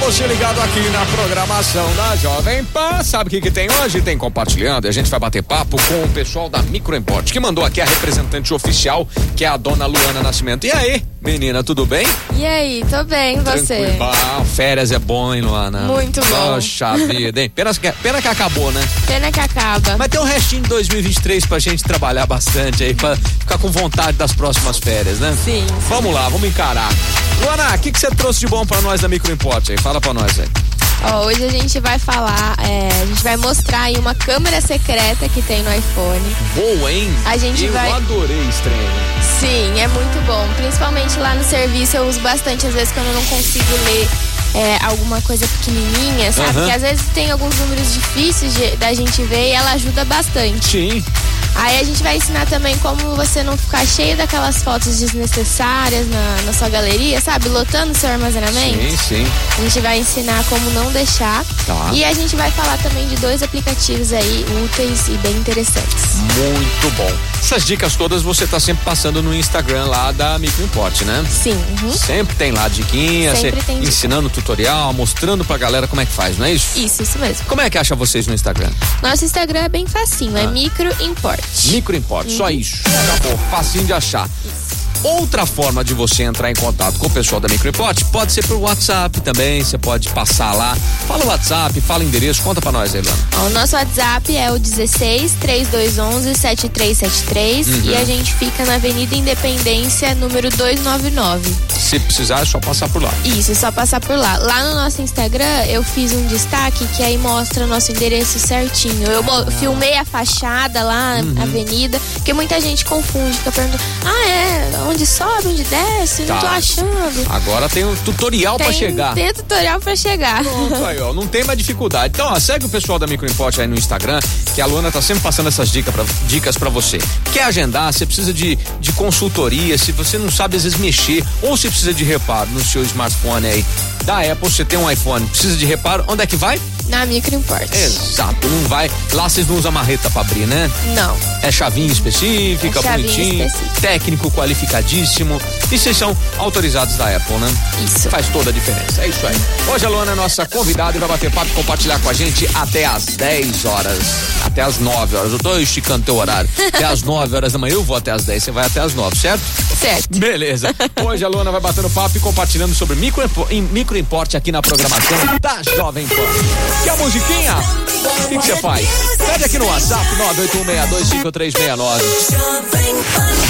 você ligado aqui na programação da Jovem Pan. Sabe o que, que tem hoje? Tem compartilhando e a gente vai bater papo com o pessoal da Microimport, que mandou aqui a representante oficial, que é a dona Luana Nascimento. E aí, menina, tudo bem? E aí, tô bem, você? Tranquilo. Ah, férias é bom, hein, Luana? Muito bom. Poxa vida, hein? Pena que, pena que acabou, né? Pena que acaba. Mas tem um restinho de 2023 pra gente trabalhar bastante aí, pra ficar com vontade das próximas férias, né? Sim, sim. Vamos lá, vamos encarar. Luana, o que que você trouxe de bom pra nós da Microimport aí? Fala pra nós aí. Ó, hoje a gente vai falar, é, a gente vai mostrar aí uma câmera secreta que tem no iPhone. Boa, hein? A gente Eu vai- adorei esse trem. né? Sim, é muito bom. Principalmente lá no serviço eu uso bastante, às vezes quando eu não consigo ler é, alguma coisa pequenininha, sabe? Aham. Que às vezes tem alguns números difíceis de- da gente ver e ela ajuda bastante. Sim. Aí a gente vai ensinar também como você não ficar cheio daquelas fotos desnecessárias na, na sua galeria, sabe? Lotando seu armazenamento. Sim, sim. A gente vai ensinar como não deixar. Tá. E a gente vai falar também de dois aplicativos aí úteis e bem interessantes. Muito bom. Essas dicas todas você tá sempre passando no Instagram lá da Microimport, né? Sim. uhum. Sempre tem lá diquinha, Sempre você tem dica. ensinando tutorial, mostrando pra galera como é que faz, não é isso? Isso, isso mesmo. Como é que acha vocês no Instagram? Nosso Instagram é bem facinho, é microimport. Microimport, Uhum. só isso. Acabou, facinho de achar. Outra forma de você entrar em contato com o pessoal da Microimport pode ser por WhatsApp também, você pode passar lá. Fala o WhatsApp, fala o endereço, conta pra nós aí, Luana. Ó, o nosso WhatsApp é o 16 3211 7373 e a gente fica na Avenida Independência, número 299. Se precisar, é só passar por lá. Isso, é só passar por lá. Lá no nosso Instagram eu fiz um destaque que aí mostra nosso endereço certinho. Eu mo- filmei a fachada lá, Uhum. a avenida, porque muita gente confunde, fica perguntando: ah, é? Onde sobe, onde desce? Tá. Não tô achando. Agora tem um tutorial pra tem, chegar. tem tutorial pra chegar. Pronto, aí, ó, não tem mais dificuldade. Então, ó, segue o pessoal da Microimport aí no Instagram, que a Luana tá sempre passando essas dicas pra, dicas pra você. Quer agendar, você precisa de, de consultoria, se você não sabe às vezes mexer, ou se precisa de reparo no seu smartphone aí da Apple, você tem um iPhone, precisa de reparo, onde é que vai? Na microimport. Exato, não vai. Lá vocês não usam marreta pra abrir, né? Não. É chavinha específica, É chavinha bonitinho, específica. técnico qualificadíssimo. E vocês são autorizados da Apple, né? Isso. Faz toda a diferença. É isso aí. Hoje a Luana é nossa convidada e vai bater papo e compartilhar com a gente até às 10 horas. Até às 9 horas. Eu tô esticando teu horário. Até às 9 horas da manhã eu vou até às 10. Você vai até às 9, certo? Certo. Beleza. Hoje a Luana vai batendo papo e compartilhando sobre microimpo- em- microimporte aqui na programação da Jovem Pan. Quer a musiquinha? O um que que você faz? Pede aqui no WhatsApp 981625369. Jovem Pan.